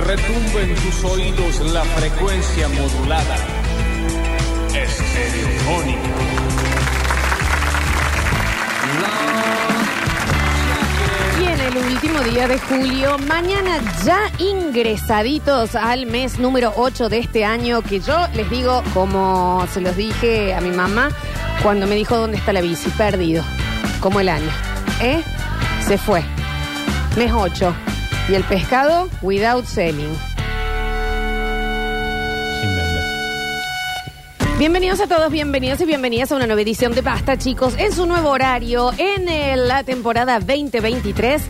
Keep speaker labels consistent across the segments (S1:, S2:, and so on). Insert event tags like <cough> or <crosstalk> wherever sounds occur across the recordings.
S1: en tus oídos la frecuencia modulada. Estereofónica.
S2: Y en el último día de julio, mañana ya ingresaditos al mes número 8 de este año, que yo les digo, como se los dije a mi mamá, cuando me dijo dónde está la bici, perdido, como el año. ¿Eh? Se fue. Mes 8. Y el pescado, without selling.
S3: Sin vender.
S2: Bienvenidos a todos, bienvenidos y bienvenidas a una nueva edición de Pasta, chicos, en su nuevo horario, en eh, la temporada 2023,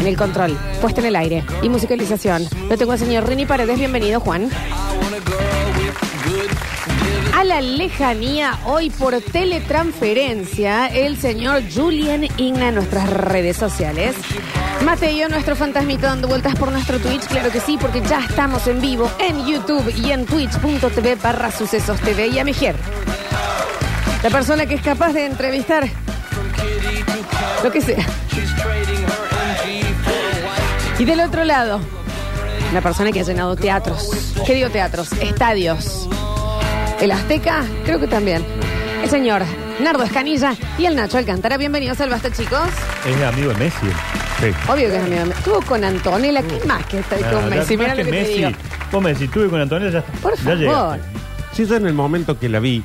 S2: en el control, puesta en el aire y musicalización. Lo tengo al señor Rini Paredes, bienvenido, Juan. A la lejanía, hoy por teletransferencia, el señor Julian Igna en nuestras redes sociales. Mateo, nuestro fantasmito dando vueltas por nuestro Twitch, claro que sí, porque ya estamos en vivo en YouTube y en twitch.tv barra sucesos TV y a Mejier. La persona que es capaz de entrevistar lo que sea. Y del otro lado, la persona que ha llenado teatros. ¿Qué digo teatros? Estadios. El Azteca, creo que también. El señor Nardo Escanilla y el Nacho Alcántara. Bienvenidos al Basta, chicos.
S3: Es amigo de Messi. Sí.
S2: Obvio que es amigo. mío. Estuvo con Antonella. ¿Qué más que está
S3: Nada,
S2: con Messi?
S3: más
S2: Mira lo
S3: que
S2: que te
S3: Messi.
S2: digo.
S3: Vos me decís, tuve con Antonella, ya está.
S2: Por
S3: Ya
S2: favor.
S3: llegaste.
S4: Sí, yo en el momento que la vi,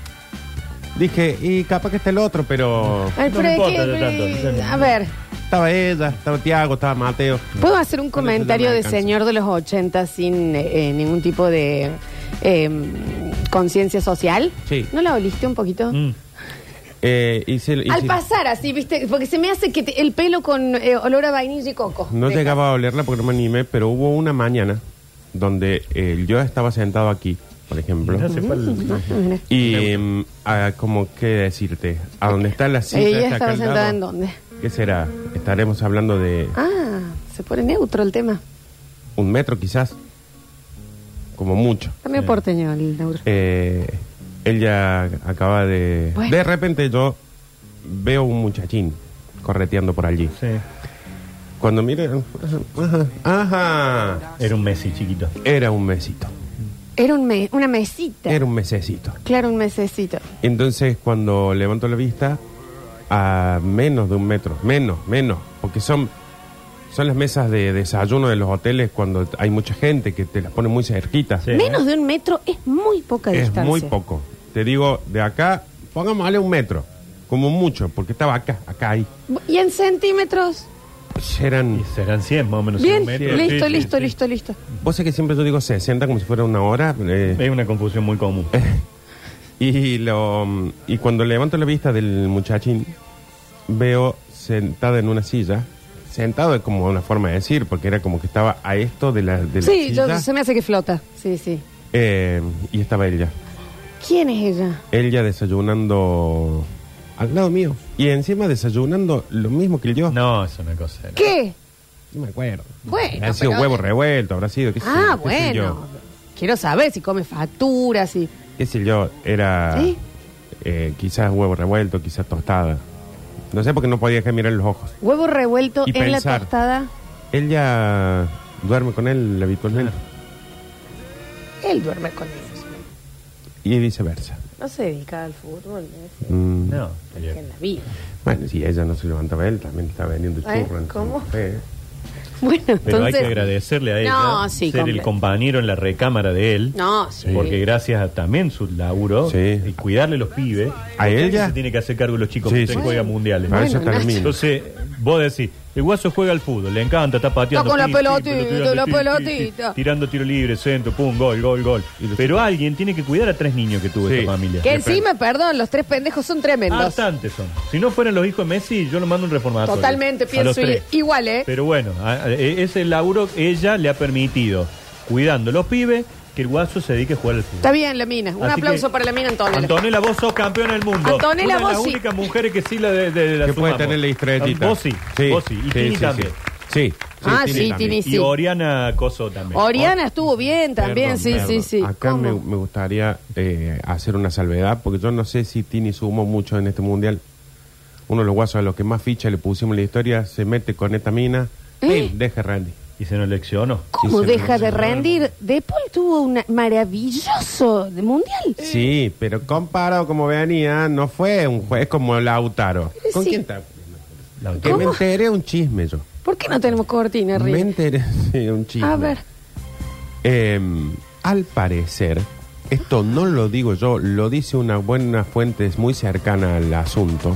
S4: dije, y capaz que está el otro, pero
S2: Ay,
S3: No
S2: pero
S3: me
S2: es
S3: importa
S2: que-
S3: ya tanto, ya.
S2: A ver,
S4: estaba ella, estaba Tiago, estaba Mateo.
S2: ¿puedo hacer un
S4: Con eso ya
S2: comentario
S4: me
S2: de
S4: alcanza.
S2: señor de los 80 sin eh, eh, ningún tipo de eh, conciencia social?
S4: Sí.
S2: ¿No la oliste un poquito?
S3: Mm.
S4: Eh, y se- y
S2: Al
S4: se-
S2: pasar así, ¿viste? Porque se me hace que te- el pelo con eh, olor a vainilla y coco.
S4: No
S2: Deja.
S4: llegaba a olerla porque no me animé, pero hubo una mañana donde eh, yo estaba sentado aquí, por ejemplo.
S3: Ya se fue al-
S4: Y em, a- como que decirte, a donde está la silla.
S2: Eh, Ella
S4: está acá
S2: estaba
S4: al
S2: sentada
S4: lado.
S2: en dónde.
S4: ¿Qué será? Estaremos hablando de
S2: Ah, se pone neutro el tema.
S4: un metro quizás, como mucho.
S2: También porteño el neutro.
S4: Eh, ella acaba de...
S2: Bueno.
S4: De repente yo veo un muchachín correteando por allí.
S3: Sí.
S4: Cuando mire... Ajá, ajá.
S3: Era un Messi chiquito.
S4: Era un mesito.
S2: Era un me- una mesita.
S4: Era un mesecito.
S2: Claro, un mesecito.
S4: Entonces cuando levanto la vista, a menos de un metro, menos, menos, porque son... Son las mesas de desayuno de los hoteles cuando hay mucha gente que te las pone muy cerquita.
S3: Sí.
S2: Menos de un metro es muy poca
S4: es
S2: distancia.
S4: muy poco. Te digo, de acá, pongámosle un metro, como mucho, porque estaba acá, acá ahí.
S2: ¿Y en centímetros?
S3: Y
S4: Eran,
S3: serán 100 más o menos.
S2: Bien,
S3: 100 metros.
S2: listo,
S3: Sí, sí,
S2: listo,
S3: sí.
S2: listo, listo.
S4: vos sé que siempre yo digo 60 como si fuera una hora. eh,
S3: Es una confusión muy común.
S4: y, lo, y cuando levanto la vista del muchachín, veo sentada en una silla. Sentado es como una forma de decir, porque era como que estaba a esto de la, de la
S2: Sí, yo-
S4: silla,
S2: se me hace que flota. Sí, sí.
S4: eh, y estaba ella.
S2: ¿Quién es ella?
S4: Ella desayunando al lado mío. Y encima desayunando lo mismo que yo.
S3: No, es una cosa. era-
S2: ¿Qué?
S4: No me acuerdo.
S2: Bueno,
S4: Ha sido
S2: pero-
S4: huevo revuelto, habrá sido. qué sé-
S2: Ah,
S4: qué sé
S2: bueno.
S4: yo.
S2: Quiero saber si come facturas y...
S4: Qué sé yo, era
S2: ¿Sí?
S4: eh, quizás huevo revuelto, quizás tostada. No sé porque no podía dejar de mirar los ojos.
S2: Huevo revuelto
S4: Y
S2: en la
S4: pensar.
S2: tostada.
S4: Él ya duerme con él habitualmente
S2: Él duerme con ellos.
S4: y viceversa.
S2: No se dedica al fútbol, ¿eh?
S4: Mm,
S3: No. pero-
S2: en la vida. <laughs>
S4: Bueno, si ella no se levantaba, él también estaba vendiendo
S2: Ay,
S4: churro. en su
S2: ¿cómo?
S4: café.
S2: Bueno,
S3: Pero
S2: entonces...
S3: hay que agradecerle a ella
S2: No, sí,
S3: ser el
S2: completo.
S3: compañero en la recámara de él.
S2: No, sí.
S3: Porque gracias a también su laburo
S4: Sí.
S3: y cuidarle a los pibes,
S4: ¿A
S3: usted
S4: ella?
S3: se tiene que hacer cargo de los chicos
S4: Sí,
S3: que usted
S4: sí.
S3: juega mundiales.
S4: A ver, ya
S2: Bueno, Nacho.
S4: termino.
S3: Entonces, vos decís, el guaso juega al fútbol, le encanta, está
S2: Está
S3: pateando.
S2: con la
S3: pim, pim,
S2: pelotita,
S3: peloteando,
S2: la
S3: pim, pim, pim,
S2: pelotita.
S3: Tirando tiro libre, centro, pum, gol, gol, gol.
S4: Y los
S3: Pero alguien tiene que cuidar a tres niños que tuvo
S4: Sí.
S3: esta familia.
S2: Que encima, perdón, los tres pendejos son tremendos.
S3: Bastantes son. Si no fueran los hijos de Messi, yo lo mando a un reformatorio.
S2: Totalmente,
S3: Ah, A
S2: pienso
S3: los tres.
S2: i- igual, ¿eh?
S3: Pero bueno, a- a- e- ese laburo ella le ha permitido, cuidando a los pibes, que el guaso se dedique a jugar al fútbol.
S2: Está bien, la mina. Un
S3: Así
S2: aplauso
S3: que,
S2: para la mina, Antonella.
S3: Antonela, vos sos campeona del mundo.
S2: Antonella,
S3: Una de
S2: vos
S3: las
S2: sí.
S3: únicas mujeres que sí la de, de- la
S4: Que puede
S3: sumamos.
S4: tener la estrellita.
S3: Ah, Vos sí, vos sí. Y Tini también.
S4: Sí. Sí,
S2: Ah, sí,
S4: también.
S2: Tini. Y sí.
S3: Y Oriana Coso también.
S2: Oriana estuvo bien también,
S3: Perdón,
S2: sí,
S3: perdón.
S2: sí, sí.
S4: Acá me,
S2: ¿Cómo?
S4: me gustaría eh, hacer una salvedad, porque yo no sé si Tini sumó mucho en este mundial. Uno de los guasos a los que más ficha le pusimos en la historia se mete con esta mina.
S2: ¿Eh?
S4: ¡pim! Deja a Randy.
S3: Y se nos leccionó.
S2: ¿Cómo
S4: Sí, se
S2: deja
S4: nos
S2: de
S4: lesionó
S2: rendir? Depol tuvo un maravilloso mundial.
S4: Sí, pero comparado como venía, no fue un juez como Lautaro. ¿Con
S2: Sí.
S4: quién está?
S3: La-
S4: Que me
S2: ¿Cómo?
S4: enteré un chisme yo.
S2: ¿Por qué no tenemos cortina,
S4: Me
S2: Rick?
S4: enteré <laughs> de un chisme.
S2: A ver.
S4: Em, al parecer, esto no lo digo yo, lo dice una buena fuente muy cercana al asunto.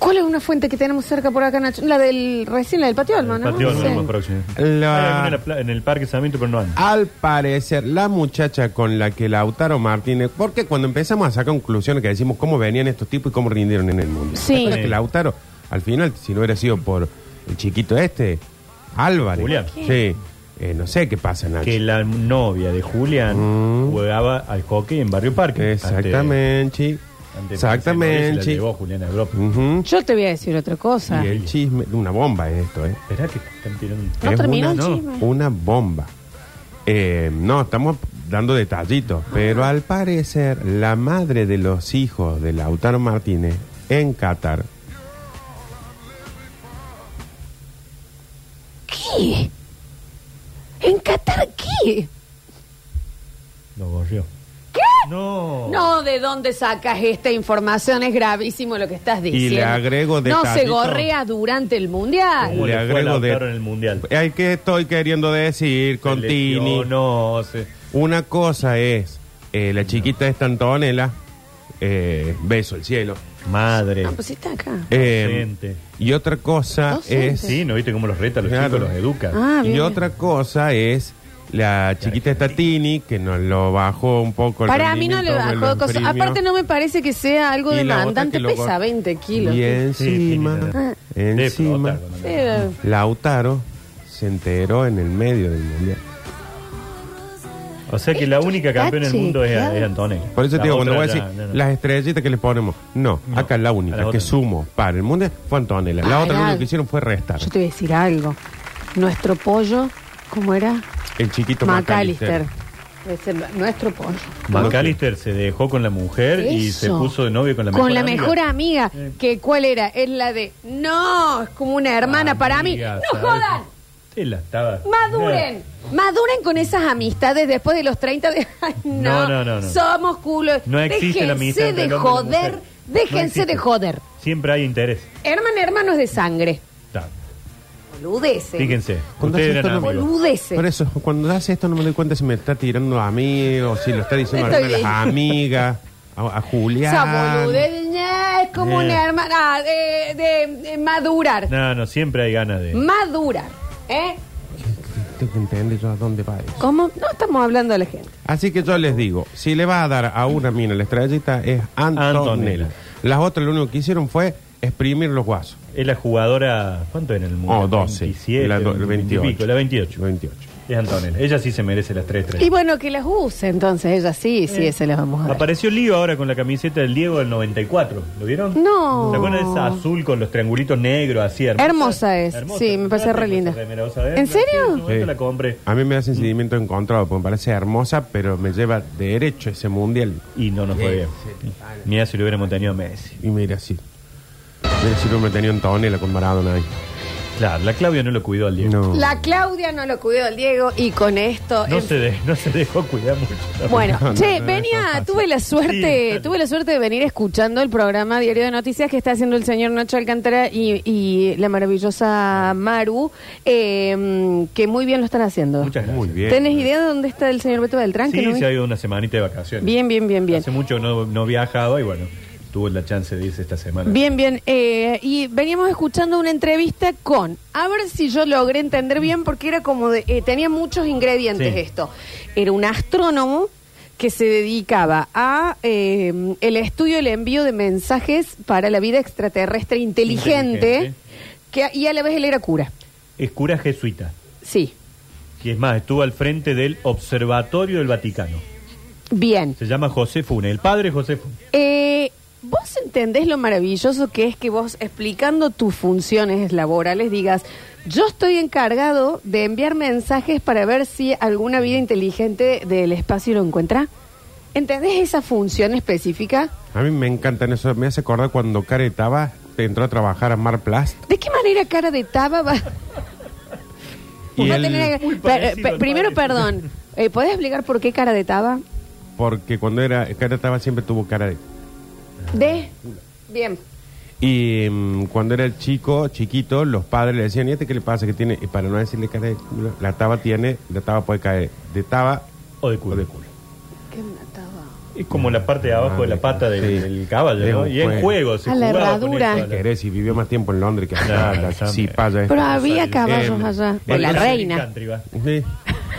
S2: ¿Cuál es una fuente que tenemos cerca por acá, Nacho? La del recién, la del patio, Alma,
S3: el
S2: ¿no?
S3: patio
S2: No
S3: no
S2: sé.
S3: es más próximo.
S4: La- Ah.
S3: Hay alguna en la pla- en el parque Sarmiento, pero no anda.
S4: Al parecer, la muchacha con la que Lautaro Martínez, porque cuando empezamos a sacar conclusiones que decimos cómo venían estos tipos y cómo rindieron en el mundo.
S2: Sí.
S4: ¿Te acuerdas que Lautaro, al final, si no hubiera sido por el chiquito este, Álvarez.
S3: Julián.
S4: Sí. Eh, no sé qué pasa, Nacho.
S3: Que la novia de Julián jugaba al hockey en Barrio Parque.
S4: Mm. Exactamente.
S3: Ante- ante San Lorenzo y La
S4: Exactamente.
S3: llevó Julián a Europa.
S4: Ujú.
S2: Yo te voy a decir otra cosa.
S4: Y el chisme, una bomba es esto, ¿eh?
S3: Esperá que están tirando un-
S2: No
S4: Es
S2: terminó
S4: una-
S2: el
S3: no.
S2: chisme.
S4: Una bomba. Eh, no, estamos dando detallitos,
S2: Ah.
S4: pero al parecer la madre de los hijos de Lautaro Martínez en Qatar
S2: ¿Qué? ¿En Qatar qué?
S3: Lo borrió.
S2: ¿Qué?
S3: No.
S2: No, ¿de dónde sacas esta información? Es gravísimo lo que estás
S4: le
S2: diciendo.
S4: agrego
S2: No se
S4: detallito.
S2: gorrea durante el mundial.
S3: ¿Cómo
S4: le
S3: le fue
S4: agrego de...
S3: Lautaro en el Mundial?
S4: Ay, ¿qué estoy queriendo decir con Tini?
S3: No, se...
S4: Una cosa es eh, la chiquita esta Antonella, eh, beso al cielo.
S3: Madre.
S2: Ah, pues está acá.
S4: Eh,
S3: Docente.
S4: y otra cosa
S2: Docente.
S4: es
S3: Sí, ¿no viste cómo los reta a los
S4: Claro.
S3: chicos, los educa?
S2: Ah, bien,
S4: y
S2: bien.
S4: otra cosa es la chiquita esta Tini, que nos lo bajó un poco. el
S2: Para mí no le
S4: rendimiento, me lo
S2: bajó cosas.
S4: imprimió.
S2: Aparte no me parece que sea algo
S4: Y la otra
S2: demandante.
S4: que lo
S2: Pesa
S4: go-
S2: 20 kilos.
S4: Y
S3: Tini,
S4: encima, Ah.
S3: nada. De
S4: encima,
S3: flotar, bueno.
S2: Ah. Sí, eh,
S4: Lautaro se enteró en el medio del mundial.
S3: O sea que la única
S2: está
S3: campeona del mundo es,
S2: chequeado.
S3: es Antonella.
S4: Por eso
S3: La
S4: te digo,
S3: otra
S4: cuando voy a
S3: ya-
S4: decir
S3: no, no.
S4: las estrellitas que les ponemos, no,
S3: No,
S4: acá la
S3: a las
S4: única que
S3: otras.
S4: sumo para el mundial fue Antonella. La otra lo
S2: Pará.
S4: único que hicieron fue restar.
S2: Ah, Yo te voy a decir algo. Nuestro pollo, ¿cómo era?
S4: El chiquito
S2: McAllister.
S4: McAllister.
S2: Ese, nuestro pollo.
S3: McAllister se dejó con la mujer y se
S2: Eso.
S3: puso de novio con la mejor
S2: Con la
S3: amiga.
S2: mejor amiga. Que, ¿Cuál era? Es la de. No, es como una hermana para mí.
S3: Ah, Amiga,
S2: ¡No
S3: ¿sabes?
S2: jodan!
S3: Él la estaba.
S2: Maduren. Maduren con esas amistades después de los 30 de... <laughs> Ay, no,
S3: No, no, no, no.
S2: Somos culos.
S3: No existe la amistad
S2: Déjense de
S3: entre el hombre y la mujer.
S2: joder.
S3: No
S2: Déjense
S3: existe.
S2: de joder.
S3: Siempre hay interés.
S2: Herman, hermanos de sangre.
S3: Está.
S2: Boludeces.
S3: Fíjense,
S4: Cuando
S3: ustedes
S4: haces
S3: eran
S4: esto no-
S3: amigos.
S2: Boludeces.
S4: Por eso, cuando hace esto no me doy cuenta si me está tirando a mí o si lo está diciendo a
S2: Está
S4: alguna de las amigas, a, a Julián.
S2: Esa boludez ña, es como
S3: Bien.
S2: una hermana de, de- de madurar.
S3: No, no, siempre hay ganas de.
S2: Madurar. ¿Eh?
S4: Tengo que entender yo a dónde va eso.
S2: ¿Cómo? No estamos hablando de la gente.
S4: Así que yo les digo, si le va a dar a una mina la estrellita es Antonella.
S3: Antonella.
S4: Las otras lo único que hicieron fue exprimir los guasos.
S3: Es la jugadora. ¿Cuánto era en el mundo?
S4: Oh, 12.
S3: 27,
S4: la do- el
S3: 20 y
S4: 28.
S3: pico, la 28.
S4: 28.
S3: Es Antonella. Ella sí Eh. se merece las tres
S2: Y
S3: tres.
S2: bueno, que las use, entonces ella sí, sí, se las vamos a dar.
S3: Apareció Lío ahora con la camiseta del Diego del 94. ¿Lo vieron?
S2: No.
S3: ¿Se acuerdan de esa azul con los triangulitos negros así?
S2: Hermosa es. Sí, me parece
S3: Yo la
S2: re
S3: tengo
S2: linda.
S3: esa remera, ¿vos sabés?
S2: ¿En
S3: Sí, en
S2: serio?
S3: su momento la compré.
S4: A mí me hacen sentimiento encontrado, porque me parece hermosa, pero me lleva derecho ese mundial.
S3: Y no nos fue bien. Mira si lo hubiéramos tenido a Messi.
S4: Y mira así. Mira si no me tenía Antonella con Maradona ahí.
S3: Claro, la Claudia no lo cuidó al Diego. No,
S4: No.
S2: La Claudia no lo cuidó el Diego y con esto. en-
S3: se, de- no se dejó cuidar mucho.
S2: <laughs> Bueno,
S4: No, no,
S2: che,
S4: no, no es
S2: venía,
S4: fácil.
S2: tuve la suerte,
S3: Sí, dale.
S2: tuve la suerte de venir escuchando el programa Diario de Noticias que está haciendo el señor Nacho Alcántara y, y la maravillosa Maru, eh, que muy bien lo están haciendo.
S3: Muchas gracias.
S4: Muy bien.
S2: ¿Tenés idea de dónde está el señor Beto Beltrán? Que
S3: Sí,
S2: no vi-
S3: se ha ido una semanita de vacaciones.
S2: Bien, bien, bien, bien.
S3: Hace mucho no, no viajaba y bueno, tuvo la chance de irse esta semana.
S2: Bien, bien. eh, y veníamos escuchando una entrevista con, a ver si yo logré entender bien, porque era como de, eh, tenía muchos ingredientes
S3: Sí.
S2: esto. Era un astrónomo que se dedicaba a eh, el estudio y el envío de mensajes para la vida extraterrestre inteligente,
S3: Inteligente.
S2: que, y a la vez él era cura.
S3: Es cura jesuita.
S2: Sí,
S3: Y es más, estuvo al frente del Observatorio del Vaticano.
S2: bien.
S3: Se llama José Fune, el padre José Fune.
S2: Eh, ¿Vos entendés lo maravilloso que es que vos explicando tus funciones laborales digas, yo estoy encargado de enviar mensajes para ver si alguna vida inteligente del espacio lo encuentra? ¿Entendés esa función específica?
S4: A mí me encantan eso. Me hace acordar cuando Caretaba entró a trabajar a Mar Plast.
S2: ¿De qué manera cara de taba va?
S4: Y
S2: Va a
S4: él-
S2: tener-
S3: Muy
S2: per-
S3: parecido
S2: per-
S3: al
S2: primero,
S3: padre.
S2: perdón, eh, ¿podés explicar por qué cara de taba?
S4: Porque cuando era cara estaba siempre tuvo cara de...
S2: De. Bien.
S4: Y mm, cuando era chico, chiquito, los padres le decían, ¿y este qué le pasa que tiene? Y para no decirle cara de culo, la taba tiene, la taba puede caer de taba
S3: O de
S4: o
S3: culo.
S4: de culo.
S2: ¿Qué una taba?
S3: Es como la parte de abajo de la pata del,
S4: Ah, Sí.
S3: del caballo,
S4: Es
S3: ¿no?
S4: un
S3: Y en
S4: juego.
S3: juego se
S2: A la
S3: jugaba con
S2: herradura.
S3: eso,
S4: ¿Qué
S3: la-
S4: querés? Si vivió más tiempo en Londres que acá,
S3: No,
S4: la
S3: también.
S4: cipaya esta.
S2: Pero había
S3: Eh,
S2: caballos
S4: eh,
S2: allá.
S4: eh,
S2: O la
S4: eh,
S2: reina.
S4: Sí.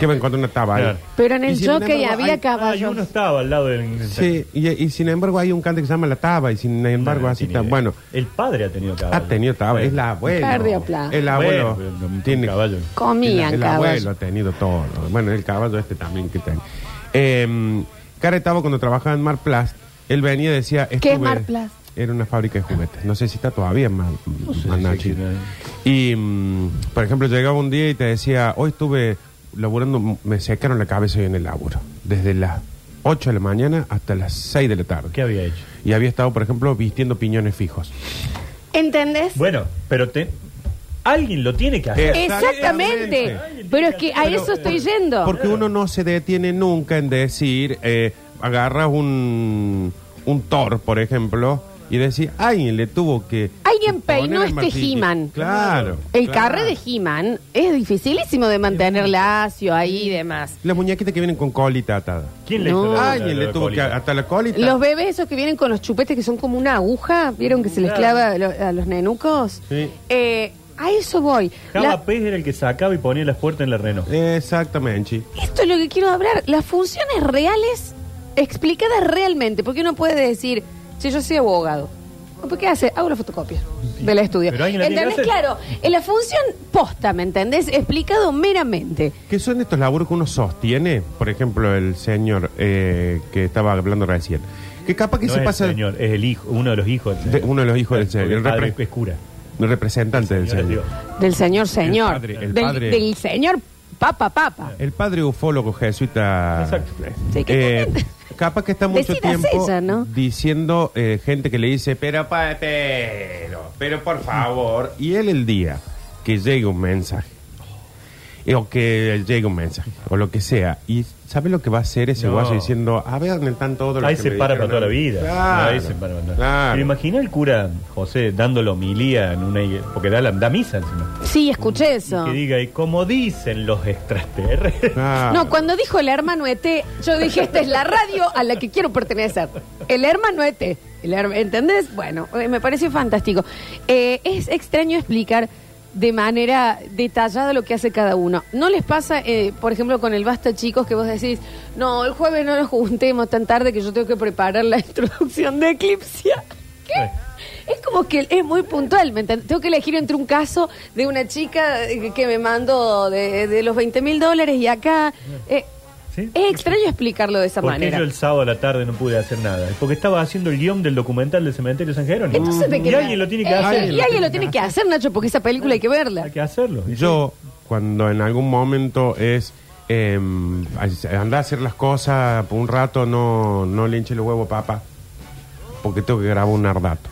S4: ¿Qué me encontré una taba? ahí.
S3: Claro.
S2: Pero en el
S4: Y sin
S2: jockey
S4: embargo,
S2: había
S4: hay-
S3: Ah, y
S2: caballos.
S3: uno estaba al lado del.
S4: Sí, y, y sin embargo hay un cante que se llama La Taba, y sin embargo
S3: No, no
S4: así
S3: tiene
S4: está.
S3: idea.
S4: Bueno,
S3: El padre ha tenido caballo.
S4: ha tenido Taba, es la abuela.
S2: Cardiopla.
S4: El abuelo
S3: Bueno, pero no-
S4: tiene
S3: un caballo.
S2: Comían
S4: el, el abuelo ha
S2: caballos.
S4: tenido todo. Bueno, el caballo este también que tiene. Eh, Cara Taba cuando trabajaba en Mar Plast, él venía y decía...
S2: ¿Qué es
S4: estuve-
S2: Mar Plast?
S4: Era una fábrica de juguetes. No sé si está todavía en Mar,
S3: sé
S4: Mar
S3: si
S4: Nachin.
S3: existe.
S4: Y, mm, por ejemplo, llegaba un día y te decía, hoy estuve laburando, me secaron la cabeza hoy en el laburo. Desde las 8 de la mañana hasta las 6 de la tarde.
S3: ¿Qué había hecho?
S4: Y había estado, por ejemplo, vistiendo piñones fijos.
S2: ¿Entendés?
S3: Bueno, pero te... alguien lo tiene que hacer.
S4: Eh,
S2: Exactamente.
S4: Exactamente.
S2: Pero es que a
S3: Pero-
S2: eso estoy yendo.
S4: Porque uno no se detiene nunca en decir, eh, agarras un, un Thor, por ejemplo, y decir, alguien le tuvo que...
S2: Alguien
S4: poner
S2: peinó
S4: el
S2: este
S4: martillo".
S2: He-Man.
S4: Claro.
S2: El
S4: claro.
S2: carre de He-Man es dificilísimo de mantener lacio ahí y demás.
S4: Las muñequitas que vienen con colita atada.
S3: ¿Quién le
S2: No.
S3: hizo la- la-
S4: Alguien le
S3: la
S4: tuvo que
S3: colita?
S4: atar la colita.
S2: Los bebés esos que vienen con los chupetes que son como una aguja, ¿vieron que se les clava a lo- a los nenucos?
S4: Sí.
S2: Eh, a eso voy.
S3: Java
S2: La-
S3: Pez era el que sacaba y ponía las puertas en la Renault.
S4: Eh, Exactamente.
S2: esto es lo que quiero hablar. Las funciones reales, explicadas realmente. Porque uno puede decir, si yo soy abogado. ¿Por qué hace? Hago la fotocopia del estudio.
S3: Pero alguien la tiene que
S2: ¿Entendés?
S3: hacer.
S2: Claro, en la función posta, ¿me entendés? Explicado meramente.
S4: ¿Qué son estos laburos que uno sostiene? Por ejemplo, el señor eh, que estaba hablando recién. Que capaz que
S3: no
S4: se
S3: es
S4: pasa
S3: el señor, es el hijo, uno de los hijos. del
S4: de
S3: señor.
S4: uno de los hijos del señor.
S3: Porque
S4: El,
S3: El padre
S4: repre-
S3: es cura.
S4: el representante del
S3: Señor,
S4: señor.
S3: digo.
S2: Del señor, señor.
S4: padre, el
S2: del,
S4: padre.
S2: del señor, papa, papa.
S4: El padre ufólogo jesuita.
S3: Exacto.
S2: Sí, que
S4: Eh, capaz que está mucho
S2: Decidas
S4: tiempo
S2: ella, ¿no?
S4: diciendo eh, gente que le dice, pero, pa- pero, pero por favor. Y él el día que llegue un mensaje, eh, o que llegue un mensaje, o lo que sea, y ¿sabe lo que va a hacer ese
S3: No.
S4: guaso diciendo, a ver dónde están todos los
S3: Ahí
S4: que
S3: se
S4: me
S3: para para
S4: dijeron
S3: toda la
S4: a mí"?
S3: vida.
S4: Claro,
S3: Ahí se para para toda
S4: claro.
S3: Pero imagina el cura José dándolo homilía en una iglesia, porque da, la, da misa encima.
S2: Sí, escuché eso.
S3: Que diga, y como dicen los extraterrestres. <laughs>
S4: Claro.
S2: No, cuando dijo el hermano ET, yo dije, esta es la radio a la que quiero pertenecer. El hermano ET. El her- ¿Entendés? Bueno, eh, me pareció fantástico. Eh, es extraño explicar de manera detallada lo que hace cada uno. ¿No les pasa, eh, por ejemplo, con el Basta Chicos, que vos decís, no, el jueves no nos juntemos tan tarde que yo tengo que preparar la <laughs> introducción de Eclipsia? ¿Qué? Es como que es muy puntual, ¿me enten- Tengo que elegir entre un caso de una chica eh, que me mandó de, de los 20 mil dólares y acá... eh,
S3: ¿Sí?
S2: es extraño explicarlo de esa
S3: Porque
S2: manera.
S3: yo el sábado a la tarde no pude hacer nada. Porque estaba haciendo el guión del documental del cementerio San Jerónimo.
S2: Entonces me
S3: y
S2: queda-
S3: alguien lo tiene que
S2: Eh,
S3: hacer.
S2: Y alguien lo tiene que hacer, Nacho, porque esa película hay que verla.
S3: Hay que hacerlo.
S4: Yo, cuando en algún momento es eh, andar a hacer las cosas por un rato, no, no le hinche el huevo, papá, porque tengo que grabar un ardato.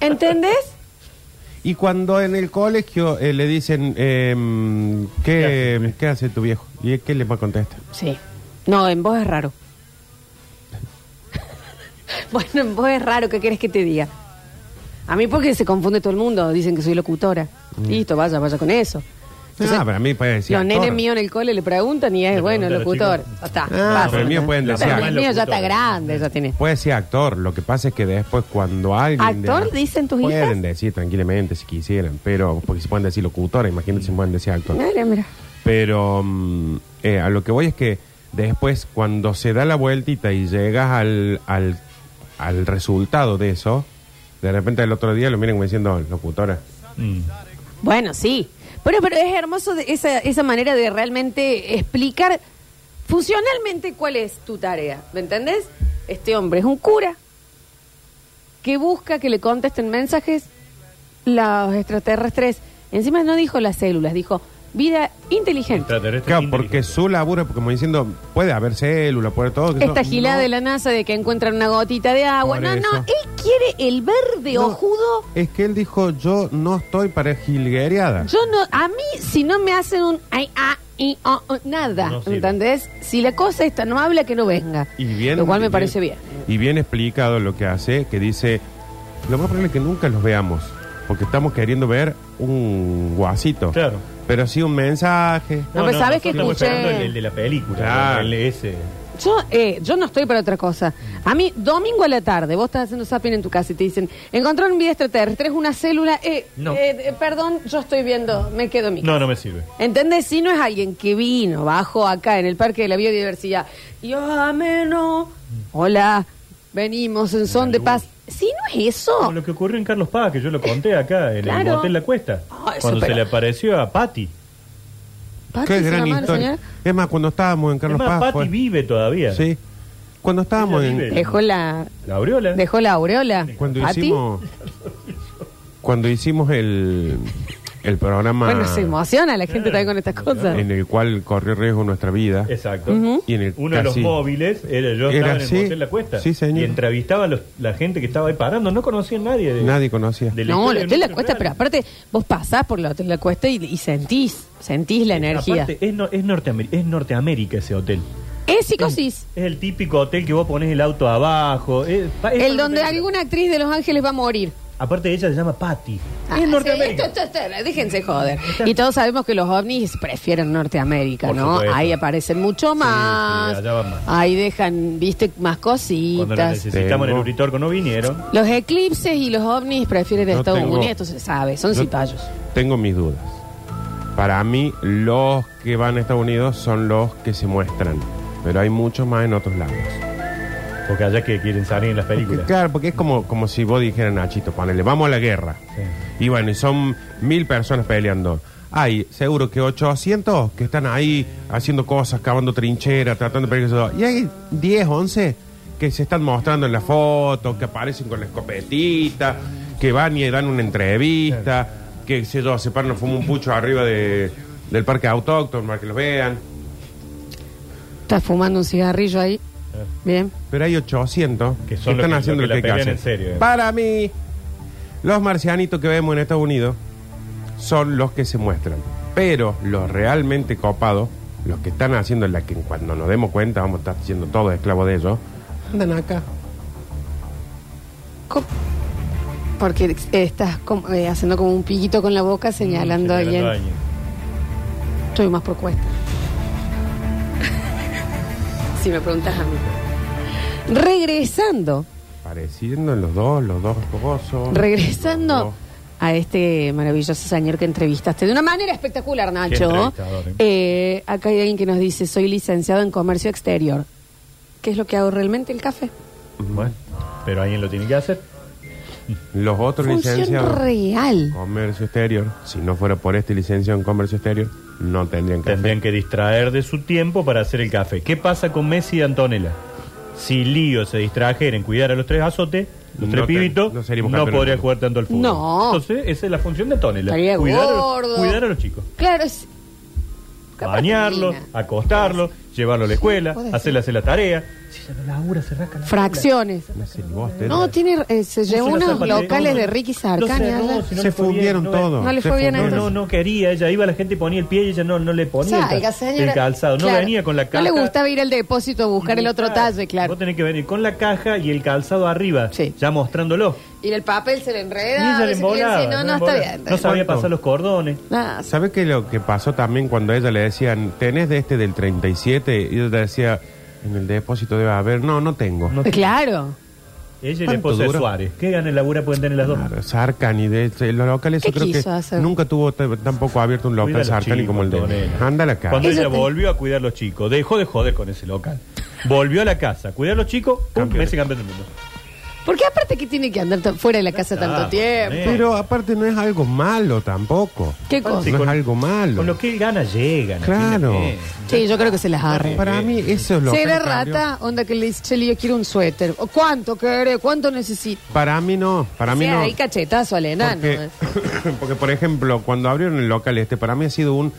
S2: ¿Entendés?
S4: Y cuando en el colegio eh, le dicen, eh, ¿qué, ¿qué, hace tu viejo? ¿Y qué le va a contestar?
S2: Sí. No, en vos es raro. <laughs> bueno, en vos es raro, ¿qué querés que te diga? A mí porque se confunde todo el mundo, dicen que soy locutora. Listo, vaya, vaya con eso. Entonces,
S4: ah, para mí puede decir.
S2: los nenes
S4: actor.
S2: míos en el cole le preguntan y es,
S3: Le
S2: bueno,
S3: preguntan a los
S2: locutor.
S3: chicos.
S2: Ya está,
S4: Ah,
S2: pasa.
S4: pero el mío pueden
S2: Pero
S4: decir
S2: el
S4: actor.
S2: mío ya está
S3: Locutor.
S2: grande, ya tiene.
S4: Puede ser actor, lo que pasa es que después cuando alguien... de
S2: ¿Actor
S4: la-
S2: dicen tus
S4: Pueden
S2: hijas?
S4: decir tranquilamente si quisieran, pero porque se pueden decir locutora, imagínate si pueden decir actor.
S2: Mira, mira.
S4: Pero mm, eh, a lo que voy es que después, cuando se da la vueltita y llegas al, al, al resultado de eso, de repente el otro día lo miran como diciendo, locutora.
S3: Mm.
S2: Bueno, sí. Pero, pero es hermoso de esa, esa manera de realmente explicar funcionalmente cuál es tu tarea. ¿Me entendés? Este hombre es un cura que busca que le contesten mensajes los extraterrestres. Encima no dijo las células, dijo Vida inteligente.
S3: Extraterrestre
S4: Claro,
S3: inteligente.
S4: porque su laburo, como diciendo, puede haber célula, puede todo. que
S2: Esta
S4: eso-
S2: gilada
S4: no.
S2: de la NASA de que encuentran una gotita de agua.
S4: Por
S2: No, no,
S4: eso.
S2: él quiere el verde
S4: No,
S2: ojudo.
S4: Es que él dijo, yo no estoy para jilguereada.
S2: Yo no, a mí, si no me hacen un ay, ah, y, oh, oh, nada,
S3: No sirve.
S2: ¿entendés? Si la cosa esta no habla, que no venga.
S4: Y bien,
S2: lo cual me
S4: y
S2: parece bien.
S4: Y bien explicado lo que hace, que dice, lo más probable es que nunca los veamos, porque estamos queriendo ver un guasito.
S3: Claro.
S4: Pero sí un mensaje.
S2: No, pero ¿sabes
S3: nosotros
S2: qué
S3: estamos
S2: escuché?
S3: esperando El, el de la película.
S4: Claro.
S3: El ese.
S2: Yo, eh, yo no estoy para otra cosa.
S4: Mm.
S2: A mí, domingo a la tarde, vos estás haciendo zapping en tu casa y te dicen, encontraron vida extraterrestre, es una célula, eh,
S3: No.
S2: eh, eh, perdón, yo estoy viendo, me quedo en mi
S3: No, no me sirve.
S2: ¿Entendés? Si no es alguien que vino, bajó acá en el Parque de la Biodiversidad y "Oh, ameno, hola, venimos en son de paz. Si no es
S3: Como
S2: eso,
S3: lo que ocurrió en Carlos Paz, que yo lo conté acá, en el
S2: Oh. Claro.
S3: Motel La Cuesta.
S2: Ah, eso,
S3: cuando
S2: pero-
S3: se le apareció a Patti.
S2: Pati,
S4: Qué
S2: se
S4: gran
S2: llamaba la
S4: historia.
S2: señora,
S4: Es más, cuando estábamos en Carlos
S3: Es más,
S4: Paz.
S3: Patti
S4: fue-
S3: vive todavía.
S4: Sí. Cuando estábamos
S3: Ella
S4: en.
S3: vive.
S2: dejó la,
S3: La aureola.
S2: dejó la aureola.
S4: Cuando
S2: Eh, Pati.
S4: hicimos. Cuando hicimos el, el programa.
S2: Bueno, se emociona la gente también con estas cosas.
S4: en el cual corrió riesgo nuestra vida.
S3: Exacto.
S4: Y en el
S3: Uno de los
S4: casi-
S3: móviles era yo
S4: Era
S3: estaba en el
S4: así.
S3: Motel La Cuesta.
S4: Sí, señor.
S3: Y entrevistaba a los- la gente que estaba ahí parando. No conocía a nadie. de-
S4: Nadie conocía.
S3: de
S2: No,
S3: historia
S2: el
S3: de
S2: hotel la
S3: nuestro
S2: cuesta, pero
S3: lugar.
S2: aparte vos pasás por el hotel la cuesta y, y sentís, sentís la energía.
S3: Aparte, es, no- es, Norteamer- es Norteamérica ese hotel.
S2: Es psicosis.
S3: Es el típico hotel que vos pones el auto abajo. es- pa- es
S2: El donde
S3: Norteamérica.
S2: alguna actriz de Los Ángeles va a morir.
S3: Aparte ella se llama Patty.
S2: Ah,
S3: es
S2: sí,
S3: Norteamérica.
S2: esto- esto- esto- déjense joder. Y todos sabemos que los ovnis prefieren Norteamérica,
S3: Por
S2: ¿no?
S3: supuesto.
S2: Ahí aparecen mucho más.
S3: sí, allá van más.
S2: Ahí dejan, viste, más
S3: Cuando lo
S2: cositas.
S3: necesitamos en el
S4: Tengo-
S3: Uritorco no vinieron.
S2: Los eclipses y los ovnis prefieren
S4: No
S2: Estados
S4: tengo-
S2: Unidos, esto se sabe, son
S4: Yo
S2: cipayos.
S4: Tengo mis dudas. Para mí, los que van a Estados Unidos son los que se muestran. Pero hay muchos más en otros lados.
S3: Porque allá que quieren salir en las películas.
S4: Claro, porque es como, como si vos dijeras, Nachito, ponele, vamos a la guerra. Y bueno, y son mil personas peleando. Hay seguro que 800 que están ahí haciendo cosas, cavando trincheras, tratando de pelear. eso. Y hay 10, 11 que se están mostrando en la foto, que aparecen con la escopetita, que van y dan una entrevista, que qué sé yo, se paran, fuman un pucho arriba de- del parque autóctono para que los vean.
S2: Estás fumando un cigarrillo ahí.
S3: Eh.
S2: Bien.
S4: Pero hay 800
S3: Que
S4: que,
S3: son los
S4: están
S3: que-
S4: haciendo
S3: los
S4: lo
S3: que
S4: que,
S3: la
S4: hay
S3: pelean en
S4: que hacer.
S3: serio, eh.
S4: Para mí, los marcianitos que vemos en Estados Unidos son los que se muestran. Pero los realmente copados, los que están haciendo la que cuando nos demos cuenta vamos a estar siendo todos esclavos de ellos, andan acá.
S2: Co- Porque eh, estás como, eh, haciendo como un piquito con la boca señalando a alguien.
S3: Mm, Señalando a alguien.
S2: Estoy más propuesta. <laughs> si me preguntas a mí. Regresando,
S4: Pareciendo los dos, los dos
S3: Oh,
S4: esposos.
S2: regresando
S4: Los dos.
S2: a este maravilloso señor que entrevistaste de una manera espectacular, Nacho.
S3: entrevistador, ¿eh?
S2: Eh, acá hay alguien que nos dice, soy licenciado en comercio exterior. ¿Qué es lo que hago realmente el café?
S3: Bueno, pero alguien lo tiene que hacer.
S4: Los otros
S2: Función
S4: licenciados.
S2: real.
S4: Comercio exterior. Si no fuera por este licenciado en comercio exterior, no tendrían que.
S3: Tendrían que distraer de su tiempo para hacer el café. ¿Qué pasa con Messi y Antonella? Si Lío se distrajera en cuidar a los tres azotes, los
S4: No
S3: tres
S4: te-
S3: pibitos,
S4: no
S3: no,
S4: seríamos campeones
S3: podría
S4: del mundo.
S3: jugar tanto al fútbol.
S2: No.
S3: Entonces, esa es la función de Antonella.
S2: Estaría
S3: cuidar, a
S2: gordo.
S3: los, cuidar a los chicos.
S2: Claro, es... Capaz
S3: Bañarlos,
S2: termina.
S3: acostarlos, llevarlos a la escuela,
S2: puede ser.
S3: hacerle hacer la tarea. Si ella no labura, se rasca la
S2: Fracciones.
S4: No sé, vos, Ted.
S2: No, tiene, eh, se llevó
S3: Puso los
S2: unos
S3: zapatos-
S2: locales
S3: no,
S2: de
S3: no.
S2: Ricky
S3: No
S2: Sarkani.
S3: sé, no,
S2: algo.
S3: si no
S4: se
S3: le fue bien,
S4: fundieron
S3: no ve-
S4: todo.
S2: no le
S4: se
S2: fue bien a
S3: No,
S4: fundieron.
S3: no, no quería ella. Iba la gente y ponía el pie y ella no, no le ponía el
S2: Salga,
S3: cal-
S2: señora.
S3: el calzado. No
S2: Claro.
S3: venía con la caja.
S2: No le gustaba ir al depósito a buscar el otro talle, claro.
S3: Vos tenés que venir con la caja y el calzado arriba,
S2: Sí.
S3: ya mostrándolo.
S2: Y el papel se le
S3: Y
S2: enreda.
S3: ella
S2: no
S3: le
S2: sé qué,
S3: embolaba,
S2: sí, no, no,
S3: embolaba.
S2: está bien.
S3: No sabía
S4: ¿Cuánto?
S3: pasar los cordones.
S2: Ah, sí.
S4: ¿Sabe qué lo que pasó también cuando a ella le decían, tenés de este del 37? Y ella decía, en el depósito debe haber. No, no tengo.
S3: No-
S2: Claro.
S3: Ella y la
S4: ¿Cuánto
S3: esposa de
S4: dura?
S3: Suárez. ¿Qué gana el labura pueden tener las dos?
S4: Claro, Sarcani, de, de los locales,
S2: ¿Qué
S4: yo creo que
S2: quiso hacer?
S4: nunca tuvo t- tampoco abierto un
S3: Cuida a
S4: local
S3: los
S4: Sarcani
S3: chicos,
S4: como el de.
S3: Antonella.
S4: Anda la cara.
S3: Cuando
S2: Ella
S3: ella
S2: te-
S3: volvió a cuidar a los chicos, dejó de joder con ese local. Volvió a la casa, cuidar a los chicos, pum,
S4: Campeón.
S3: Messi campeón del mundo.
S2: Porque aparte que tiene que andar tan- fuera de la casa
S3: está,
S2: tanto tiempo.
S3: eh.
S4: Pero aparte no es algo malo tampoco.
S2: ¿Qué cosa?
S3: Sí,
S4: No es
S3: con-
S4: algo
S3: Con
S4: malo.
S3: lo que él gana, llega.
S4: Claro.
S3: imagínate.
S2: Sí, yo creo que se las agarre.
S4: Para mí eso es lo
S2: Si
S4: que...
S2: era rata, onda que le dice, Cheli, yo quiero un suéter. ¿O ¿Cuánto querés? ¿Cuánto necesito?
S4: Para mí no, para mí
S2: sea,
S4: no.
S2: ahí cachetazo al enano. ¿eh?
S4: <coughs> Porque, porque, por ejemplo, cuando abrieron el local este, para mí ha sido un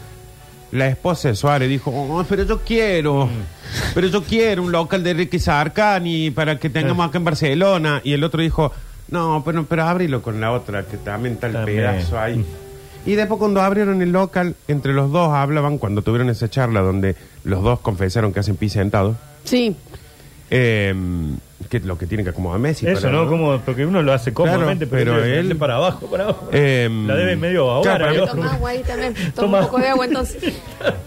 S4: La esposa de Suárez dijo, "Oh, pero yo quiero,
S3: Mm.
S4: pero yo quiero un local de Ricky Sarcani para que tengamos acá en Barcelona. Y el otro dijo, no, pero, pero ábrelo con la otra, que también está el
S3: También. Mm.
S4: pedazo ahí. Y después cuando abrieron el local, entre los dos hablaban, cuando tuvieron esa charla donde los dos confesaron que hacen pis sentados,
S2: Sí.
S4: eh, que lo que tienen que acomodar Messi.
S3: Eso,
S4: para-
S3: ¿no? Como, porque uno lo hace cómodamente,
S4: Claro,
S3: pero,
S4: pero
S3: él,
S4: él-
S3: para abajo, para abajo.
S4: Eh,
S3: la debe medio ahogar.
S4: claro,
S3: al
S4: pero-
S3: otro.
S2: Toma agua ahí
S3: <laughs>
S2: también. Toma,
S3: Toma.
S2: un poco de agua entonces.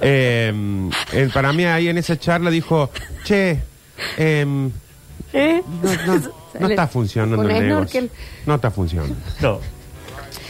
S4: Eh, eh, para mí ahí en esa charla dijo, che, em,
S2: <laughs> ¿Eh?
S4: no,
S2: <laughs>
S4: no- no está funcionando
S2: Con
S4: el negocio.
S2: snorkel.
S4: No está funcionando.
S3: <laughs> No.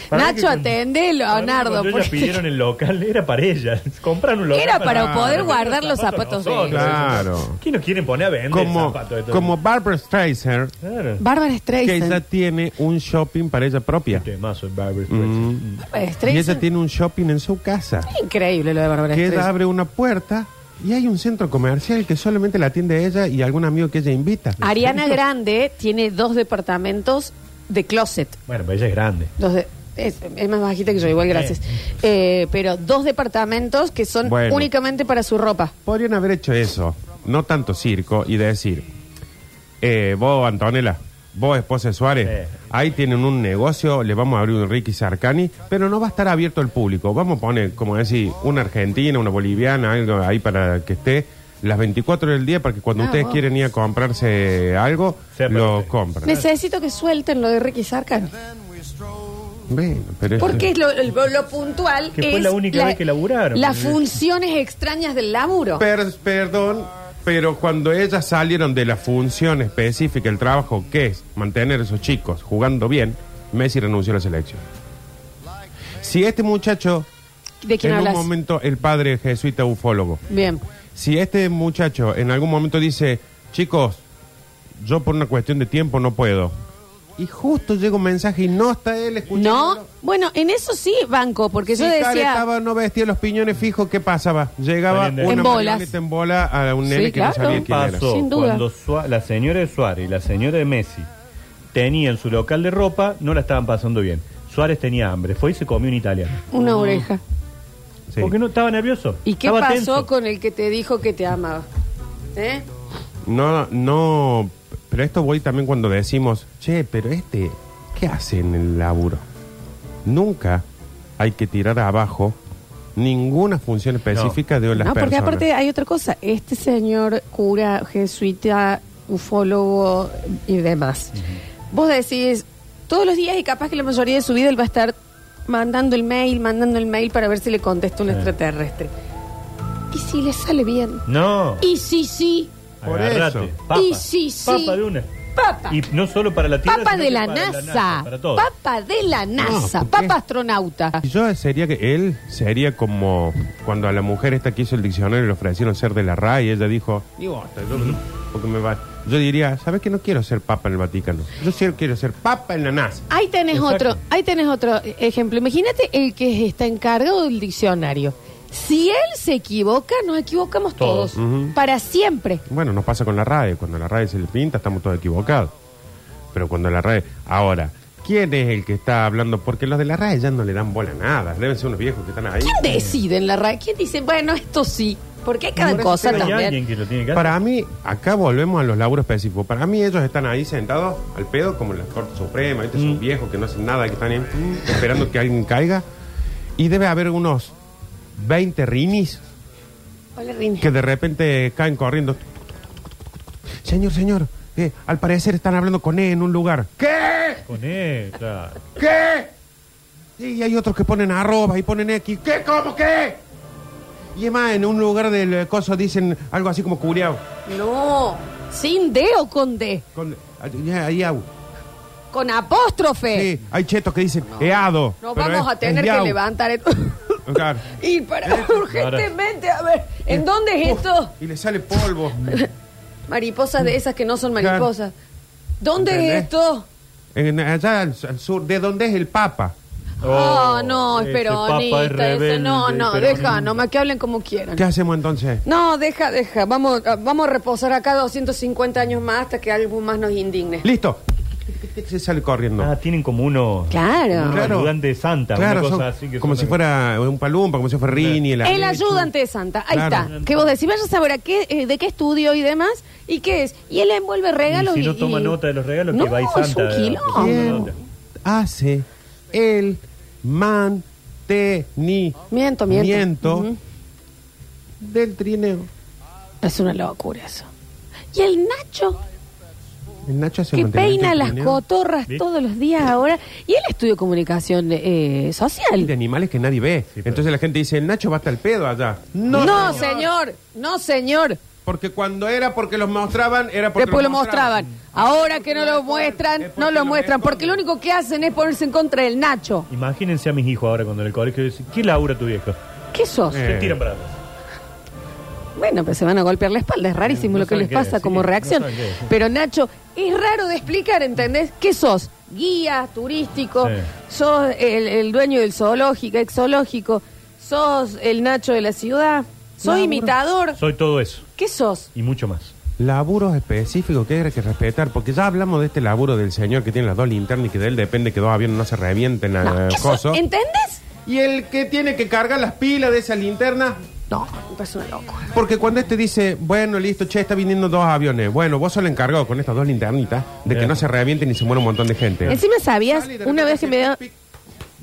S3: Para
S2: Nacho,
S3: mí que-
S2: atendelo,
S3: para mí que
S2: Nardo.
S3: Cuando ellas
S2: porque-
S3: pidieron el local, era para ellas. <laughs> Compran un local.
S2: Era para poder
S3: para
S2: guardar
S3: meter
S2: los zapatos de
S3: nosotros.
S4: Claro.
S3: ¿Quién nos quiere poner a vender
S4: Como,
S3: zapatos? de todo?
S4: como Barbara Streisand,
S3: Claro.
S2: Bárbara
S4: que ella
S2: Streisand.
S4: tiene un shopping para ella propia.
S3: Temazo pues. el Barbra Streisand.
S4: Mm.
S2: Bárbara
S4: Y ella
S2: Streisand.
S4: tiene un shopping en su casa.
S2: Increíble lo de Bárbara
S4: Que ella
S2: Streisand.
S4: abre una puerta y hay un centro comercial que solamente la atiende ella y algún amigo que ella invita.
S2: Ariana Grande tiene dos departamentos de closet.
S3: Bueno, pero ella es grande.
S2: Dos de- es, es más bajita que yo, igual, gracias. Eh, pero dos departamentos que son
S4: Bueno.
S2: únicamente para su ropa.
S4: Podrían haber hecho eso, no tanto circo, y decir, eh, vos, Antonella, vos, esposa de Suárez,
S3: Sí.
S4: ahí tienen un negocio, le vamos a abrir un Ricky Sarcani, pero no va a estar abierto al público. Vamos a poner, como decir, una argentina, una boliviana, algo ahí para que esté las 24 del día, para que cuando
S2: Ah,
S4: ustedes
S2: vos.
S4: quieren ir a comprarse algo,
S3: Sea para
S4: lo
S3: ustedes.
S4: compran.
S2: Necesito que suelten lo de Ricky Sarkan.
S4: Bueno, pero es-
S2: Porque lo, lo- lo puntual
S3: Que
S2: es.
S3: fue la única vez que laburaron.
S2: Las funciones extrañas del laburo.
S4: Per- perdón, pero cuando ellas salieron de la función específica, el trabajo que es mantener a esos chicos jugando bien, Messi renunció a la selección. Si este muchacho,
S2: ¿De quién
S4: en
S2: hablas?
S4: un momento el padre jesuita ufólogo,
S2: Bien.
S4: si este muchacho en algún momento dice, chicos, yo por una cuestión de tiempo no puedo, y justo llega un mensaje y no está él escuchando.
S2: No, bueno, en eso sí, banco, porque
S4: Si
S2: yo
S4: Cara
S2: decía.
S4: estaba no vestía los piñones fijos, ¿qué pasaba? Llegaba
S3: En
S4: una
S2: bolas.
S4: marioneta en bola a un
S2: Sí,
S4: nene que
S2: claro.
S4: no sabía
S3: ¿Qué
S4: quién era.
S3: pasó
S2: Sin duda.
S3: cuando Sua- la señora de Suárez y la señora de Messi tenían su local de ropa, no la estaban pasando bien. Suárez tenía hambre, fue y se comió un italiano.
S2: Una oreja.
S4: Sí.
S3: Porque no estaba nervioso.
S2: ¿Y qué
S3: estaba
S2: pasó
S3: tenso.
S2: con el que te dijo que te amaba? ¿Eh?
S4: No, no, pero esto voy también cuando decimos, che, pero este, ¿qué hace en el laburo? Nunca hay que tirar abajo ninguna función específica de las
S2: no, porque
S4: personas.
S2: aparte hay otra cosa. Este señor cura, jesuita, ufólogo y demás. Vos decís, todos los días y capaz que la mayoría de su vida él va a estar mandando el mail, mandando el mail para ver si le contesta un
S3: Sí.
S2: extraterrestre. ¿Y si le sale bien?
S3: No.
S2: ¿Y si sí?
S4: Por
S3: Agarrate.
S4: eso.
S3: Papa.
S2: Y sí, sí.
S3: Papa de una.
S2: Papa.
S3: Y no solo para la tierra.
S2: Papa
S3: sino
S2: de
S3: que
S2: la
S3: para
S2: NASA.
S3: para todos.
S2: Papa de la NASA.
S4: ¿por qué?
S2: Papa astronauta.
S4: Yo sería que él sería como cuando a la mujer esta que hizo el diccionario le ofrecieron ser de la RAI y ella dijo, "Ni bosta, yo- porque me va. Yo diría, ¿sabes que no quiero ser papa en el Vaticano? Yo sí quiero ser papa en la NASA.
S2: Ahí tenés
S4: Exacto.
S2: otro, ahí tenés otro ejemplo. Imagínate el que está encargado del diccionario. Si él se equivoca, nos equivocamos todos.
S3: Todos.
S2: Para siempre.
S4: Bueno, nos pasa con la RAE. Cuando la RAE se le pinta, estamos todos equivocados. Pero cuando la RAE. Ahora, ¿quién es el que está hablando? Porque los de la RAE ya no le dan bola a nada. Deben ser unos viejos que están ahí.
S2: ¿Quién decide en la RAE? ¿Quién dice, bueno, esto sí? Porque hay cada
S4: Por eso
S2: cosa
S4: te
S3: Hay
S2: también.
S3: alguien que lo tiene que hacer.
S4: Para mí, acá volvemos a los laburos específicos. Para mí, ellos están ahí sentados al pedo, como en la Corte Suprema. Estos son viejos que no hacen nada, que están ahí, mm, esperando que alguien caiga. Y debe haber unos 20 rinis
S2: Hola, Rini.
S4: que de repente caen corriendo. Señor, señor, eh, al parecer están hablando con él en un lugar. ¿Qué?
S3: Con él, claro.
S4: ¿Qué? Y hay otros que ponen arroba y ponen X. ¿Qué? ¿Cómo qué? Y es más, en un lugar del eh, coso dicen algo así como curiao.
S2: No, sin D o con D.
S4: Con, ahí- ahí au.
S2: Con apóstrofe.
S4: Sí, hay chetos que dicen eado.
S2: Nos
S4: pero
S2: vamos
S4: es-
S2: a tener
S4: es
S2: que
S4: yau.
S2: levantar esto. <laughs>
S4: Claro.
S2: y para urgentemente, a ver, ¿en dónde es
S4: Uf,
S2: esto?
S4: Y le
S2: <laughs>
S4: sale polvo.
S2: Mariposas de esas que no son
S4: Claro.
S2: mariposas. ¿Dónde es
S4: ¿Entendés?
S2: esto?
S4: En- allá al, al sur, ¿de dónde es el Papa?
S2: Oh, no,
S3: ese
S2: esperonita,
S3: papa es
S2: eso.
S3: rebelde,
S2: no, no,
S3: peronista.
S2: deja, nomás que hablen como quieran.
S4: ¿Qué hacemos entonces?
S2: No, deja, deja, vamos, ah, vamos a reposar acá 250 años más hasta que algo más nos indigne.
S4: Listo. tic, tic, tic, se sale corriendo.
S3: Ah, tienen como uno.
S2: Claro.
S3: Un ayudante de Santa,
S4: Claro,
S3: una cosa
S4: son
S3: así que
S4: como
S3: son-
S4: si fuera un palumpa, como si fuera Rini. El,
S2: El
S4: Alechu.
S2: ayudante de Santa, ahí
S4: Claro.
S2: está. Que vos decís, vaya a saber a qué, eh, de qué estudio y demás, y qué es. Y él envuelve regalos y.
S3: Y si no toma
S2: y-
S3: nota de los regalos,
S2: no,
S3: que va y
S2: es
S3: Santa.
S2: un quilombo.
S3: Bien.
S4: hace el
S2: Miento,
S4: mantenimiento
S2: miento. Ujú.
S4: del trineo.
S2: Es una locura eso. Y el Nacho,
S4: El Nacho hace
S2: que
S4: mantenimiento
S2: peina
S4: del
S2: las
S4: trineo.
S2: cotorras
S3: ¿Viste?
S2: todos los días ahora. Y él estudió comunicación eh,
S4: Y de
S2: social.
S4: animales que nadie ve.
S3: pero-
S4: Entonces la gente dice, el Nacho va hasta el pedo allá.
S2: No, señor. No, señor.
S4: Porque cuando era porque los mostraban, era porque
S2: Después lo
S4: los
S2: mostraban. Ahora que no lo muestran,
S4: Es porque
S2: no lo
S4: lo
S2: muestran. Porque lo
S4: esconden.
S2: único que hacen es ponerse en contra del Nacho.
S3: Imagínense a mis hijos ahora cuando en el colegio dicen, ¿qué labura tu viejo?
S2: ¿Qué sos?
S4: Eh.
S3: Se tiran para atrás.
S2: Bueno, pero se van a golpear la espalda, es rarísimo
S3: No
S2: lo que
S3: saben
S2: les
S3: qué
S2: pasa
S3: decir,
S2: como
S3: no
S2: reacción.
S3: saben qué decir.
S2: pero Nacho, es raro de explicar, ¿entendés? ¿Qué sos? Guía turístico,
S3: Sí.
S2: sos el, el dueño del zoológico, ex zoológico, sos el Nacho de la ciudad, sos imitador.
S3: Soy todo eso
S2: ¿Qué sos?
S3: y mucho más.
S4: Laburos específicos que hay que respetar, porque ya hablamos de este laburo del señor que tiene las dos linternas y que de él depende que dos aviones no se revienten
S2: No,
S4: a
S3: Eh,
S2: ¿qué sos?
S4: coso.
S2: ¿Entendés?
S4: Y el que tiene que cargar las pilas de esa linterna,
S2: No, me parece una locura.
S4: porque cuando este dice, bueno, listo, che, está viniendo dos aviones, bueno, vos sos el encargado con estas dos linternitas de que
S3: Bien.
S4: no se revienten y se muera un montón de gente.
S2: Encima sabías,
S4: Sale y de
S2: una
S4: repente
S2: vez que me da...
S4: hace pic,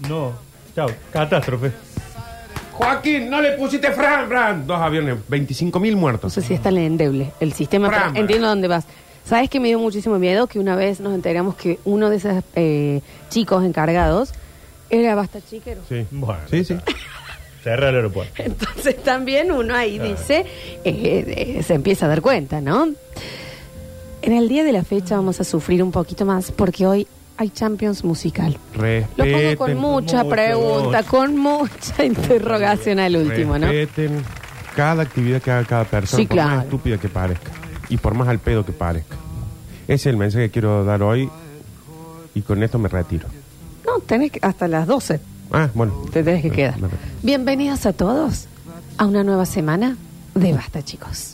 S4: pic.
S3: No, chao, catástrofe.
S4: Joaquín, no le pusiste Fran, Fran. Dos aviones, 25 mil
S2: No
S4: muertos.
S2: sé si está tan endeble el sistema, pero
S4: Brahma.
S2: entiendo dónde vas. ¿Sabes que me dio muchísimo miedo? Que una vez nos enteramos que uno de esos eh, chicos encargados era basta chiquero.
S4: Sí.
S3: Bueno,
S4: sí, sí.
S3: Cerra el aeropuerto.
S2: Entonces también uno ahí dice, eh, eh, se empieza a dar cuenta, ¿no? En el día de la fecha vamos a sufrir un poquito más porque hoy hay Champions musical. Lo pongo con
S4: Respeten.
S2: Eh, mucha
S3: mucho.
S2: pregunta, con mucha interrogación al último, ¿no?
S4: Respeten cada actividad que haga cada persona,
S2: Sí,
S4: por
S2: claro.
S4: más estúpida que parezca y por más al pedo que parezca. Ese es el mensaje que quiero dar hoy y con esto me retiro.
S2: No, tenés que, hasta las 12
S4: Ah, bueno.
S2: Te tenés que
S4: Me-
S2: quedar.
S4: me-
S2: Bienvenidos a todos a una nueva semana de Basta, chicos.